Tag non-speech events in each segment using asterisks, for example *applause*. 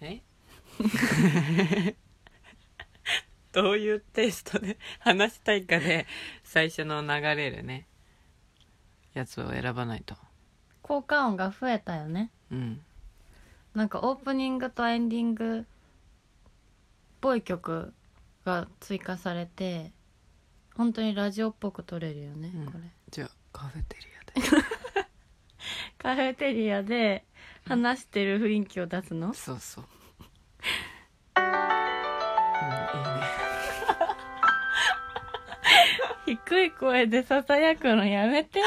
え *laughs* どういうテイストで話したいかで最初の流れるねやつを選ばないと効果音が増えたよねうんなんかオープニングとエンディングっぽい曲が追加されて本当にラジオっぽく撮れるよね、うんこれじゃあカフェテリア *laughs* でカフェテリアで話してる雰囲気を出すの、そうそう、うん、いいね低い声でささやくのやめて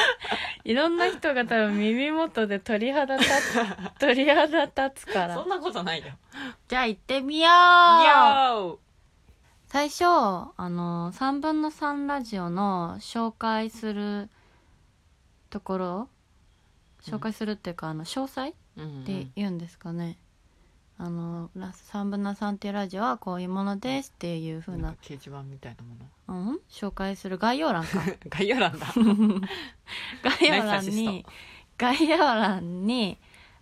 いろんな人が多分耳元で鳥肌立つ鳥肌立つからそんなことないよ *laughs* じゃあ行ってみようよ最初あの3分の3ラジオの紹介するところうん紹介するっていうか、あの詳細っーうんうてん言うんですかね、あのラ3分の3っていうラジオはこういうものですっていうふうなんなか、掲示板みたいなもの *laughs* うん、紹介する概要欄 *laughs* か概要 *laughs* 欄だ概 *laughs* 要欄ナイに概要欄に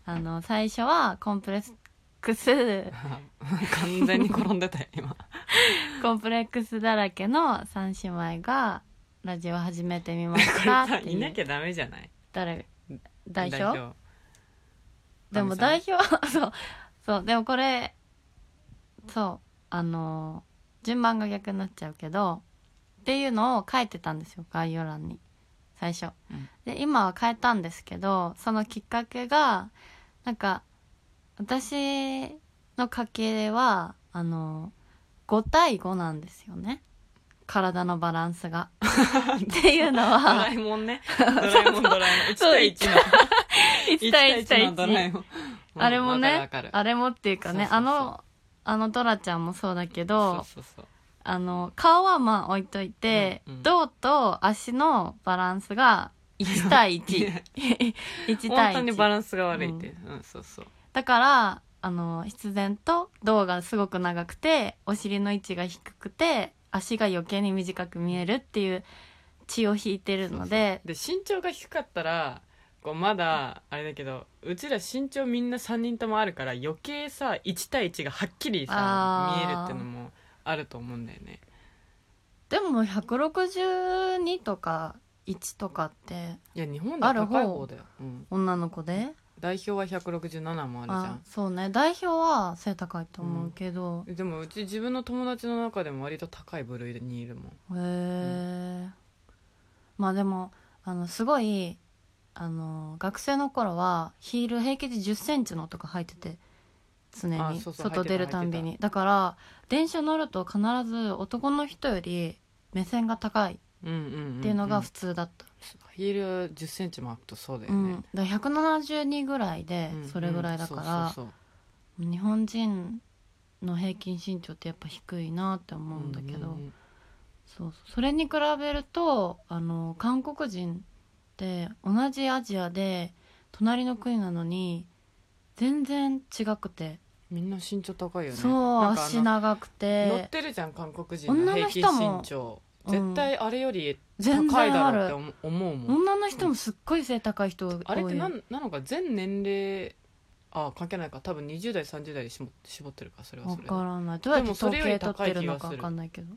あの最初はコンプレックス完全に転んでたよ今コンプレックスだらけの三姉妹がラジオ始めてみまこれしたさって *laughs* いいなうきゃダメじゃない誰代表でも代代表はそうそうでもこれそうあのー順番が逆になっちゃうけどっていうのを書いてたんですよ概要欄に最初、うんで今は変えたんですけどそのきっかけがなんか私の家系はあのー5対5なんですよね体のバランス *laughs* がっていうのドラはえもんねドラえもんドラえもん1そう対1の1 1対対1対1のドラ1えもんうんあれもわねかるわかるあれもっていうかそうそねうそうあのあのドラちゃんもそうだけそどうそうそうあの顔はまあ置いといて、うんうん胴と足のバランスが1対い *laughs* 11や対本当にバ1ランスが悪いってうんそうそうだからあの必然と胴がすごく長くてお尻の位置が低くて足が余計に短く見えるっていう血を引いてるのでで身長が低かったらこうまだあれだけどうちら身長みんな3人ともあるから余計さ1対1がはっきりさあー見えるっていうのもあると思うんだよねでも162とか1とかっていや日本では高い方だよ、うん、女の子で代表は167もあるじゃあそうね代表は背高いと思うけど、んでもうち自分の友達の中でも割と高い部類にいるもんへえまあでもあのすごいあの学生の頃はヒール平気で1 0センチのとか履いてて常あにそうそう外出るたんび履いにだから電車乗ると必ず男の人より目線が高いっうんうんんんていうのが普通だった、ヒール1 0ンチも開くとそうだうよんね、だから172ぐらいでうんそれぐらいだから、そうそう日本人の平均身長ってやっぱ低いなっそてう思うんだけど、うんうんそうそうそれに比べるとあの韓国人って同じアジアで隣の国なのに全然違くて、みんな身長高いよねそうなんかあの足長く乗っててるじゃん韓国人の平均身長女の人も絶対あれより全高い然だあろうってる思思うもん、女の人もすっごい背高い人多いあれってなんなのか全年齢あ関係ないか多分20代30代で絞絞ってるかそれはわそれでからないどうやってでもそ統れより計取高っいてる気のがかするわかんないけど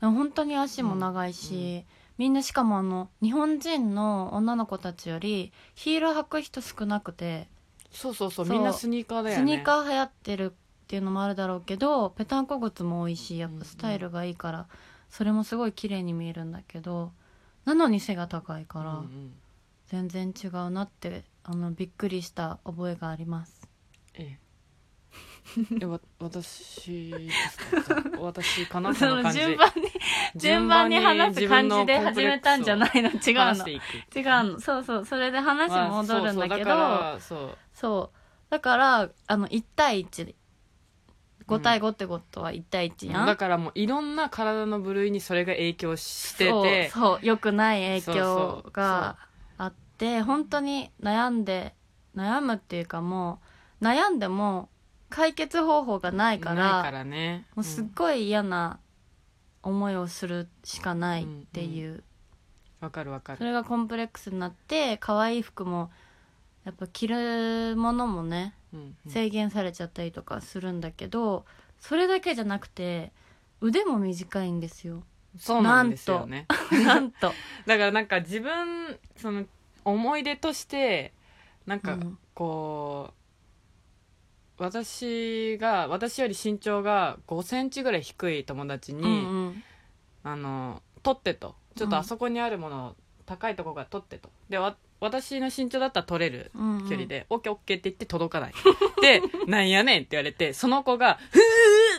本当に足も長いし、みんなしかもあの日本人の女の子たちよりヒール履く人少なくて、そうそうそうそうみんなスニーカーだよスねニーカー流行ってるっていうのもあるだろうけどペタンコ靴も多いしやっぱスタイルがいいから、それもすごい綺麗に見えるんだけどなのに背が高いから、うんうん全然違うなってあのびっくりした覚えがありますえ *laughs* ええわ私ですか *laughs* じゃあ私かなこそのの感じ *laughs* 順番に順番に話す感じで始めたんじゃないいの違う違うの違うのそうそうそれで話戻るんだけど、そうそうだからあの1対15対5ってことは1対1やん、だからもういろんな体の部類にそれが影響しててそうそう良くないそ影うそう響があって本当に悩んで悩むっていうかもう悩んでも解決方法がないからないからねもうすっごい嫌な思いをするしかないっていう、わかるわかそるれがコンプレックスになって可愛い服もやっぱ着るものもねうんうん制限されちゃったりとかするんだけどそれだけじゃなくて腕も短いんで *laughs* すよそうなんですよねなんと、だからなんか自分その思い出としてなんうかんこう、私が私より身長が5センチぐらい低い友達に、うんうんあの取ってとちょっとうんあそこにあるものを高いとこが取ってとでわ私の身長だったら取れるうんうん距離で、オッケーオッケーって言って届か *laughs* ないでなんやねんって言われてその子がふ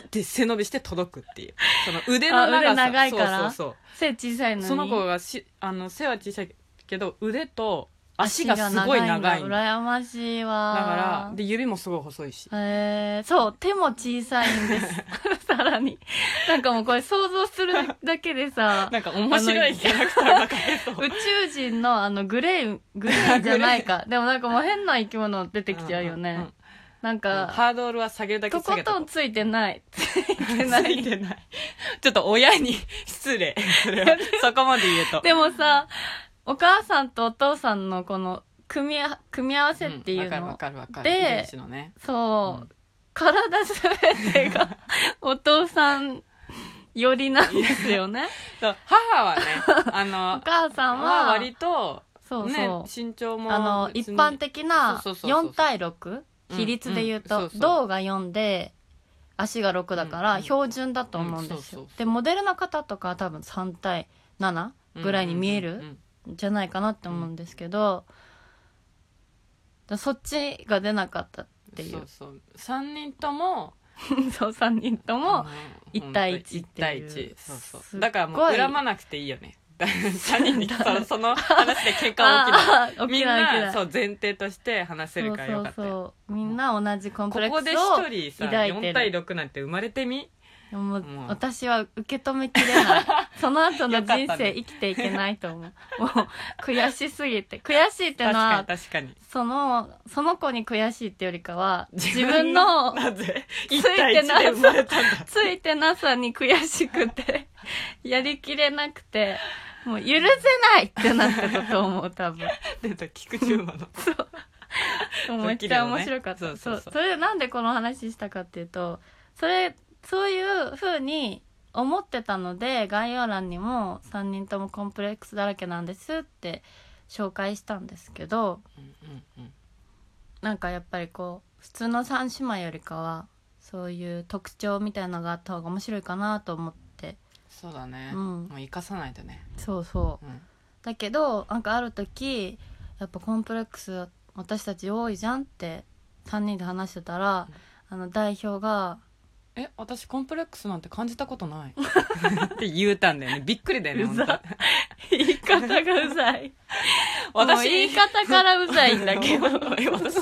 ーって背伸びして届くっていうその腕の長さあ腕長いからそうそうそう背小さいのにその子がしあの背は小さいけど腕と足がすごい長いのだ足が長いんだ羨ましいわからで指もすごい細いしえー、そう手も小さいんです *laughs* さらになんかもうこれ想像するだけでさなんか面白いキャラクターが描けそう宇宙人のあのグレーグレーじゃないかでもなんかもう変な生き物 *laughs* 出てきちゃうよね、んんんなんうんか、ハードルは下げるだけと下こげたとんついてないついてなついいてない。ちょっと親に *laughs* 失礼。それは、そこまで言うと。でもさお母さんとお父さんのこの組みあ組み合わせっていうの、んわかるわかるわかる。で遺伝子のね。そう、うん体すべてがお父さん寄りなんですよねそう母 *laughs* はね、あおの、母さんはは割と、そうそう、ね、身長も。あの別一に般的なそうそうそうそう4対6うん比率で言ううんそとうそう銅が4で足が6だかうんうらん標準だと思うんでうんすそうそうよそうでモデルの方とかは多分3対7ぐらいに見えるうんうんうんんじゃないかなって思うんですけどだそっちが出なかったっていそううそう。3人とも、 *laughs* そう3人ともあの一対一本当にっていう一対一そうすそっごう。いだからもう恨まなくていいよ *laughs* ね。3人にそのその話で喧嘩は起きない。あーみん起きなないそう前提として話せるからよかったそうよ。そうそうみんな同じコンプこレックこスでを一人さ、抱いてる4対6なんて生まれてみでももう私は受け止めきれない *laughs* その後のよかったね人生生きていけないと思うもう悔しすぎて悔しいっての確かには確かに。そのその子に悔しいってよりかは自分のなぜ *laughs* つい一て対な一いで生まれたんだついてなさに悔しく *laughs* てやりきれなくてもう許せないってなってたと思う多分って菊池馬のそうめっちゃ面白かったドッそキリのうねそそうそうそうれでなんでこの話したかっていうとそれそういう風に思ってたので概要欄にも3人ともコンプレックスだらけなんですって紹介したんですけどなんかやっぱりこう普通の3姉妹よりかはそういう特徴みたいなのがあった方が面白いかなと思ってそうだね、うんもう生かさないとね、そうそううんだけどなんかある時やっぱコンプレックス私たち多いじゃんって3人で話してたら、あの代表がえ私コンプレックスなんて感じたことないって言うたんだよねびっくりだよねうざ本言い方がうざい当 *laughs* 私言い方からうざいんだけどえ *laughs* 私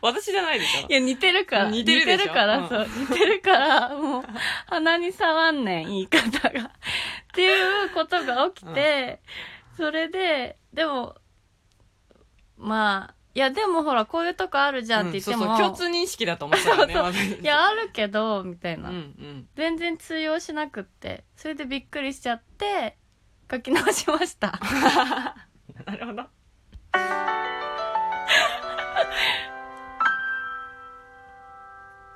私じゃないでしょいや似てるから似てるでしょから、うんそう似てるからもう鼻に触んねん言い方がっていうことが起きて、それででもまあいやでもほらこういうとこあるじゃんって言っても、うんそうそう共通認識だと思ってたよね *laughs* そう私いやあるけどみたいうんな、うん全然通用しなくってそれでびっくりしちゃって書き直しましたなるほど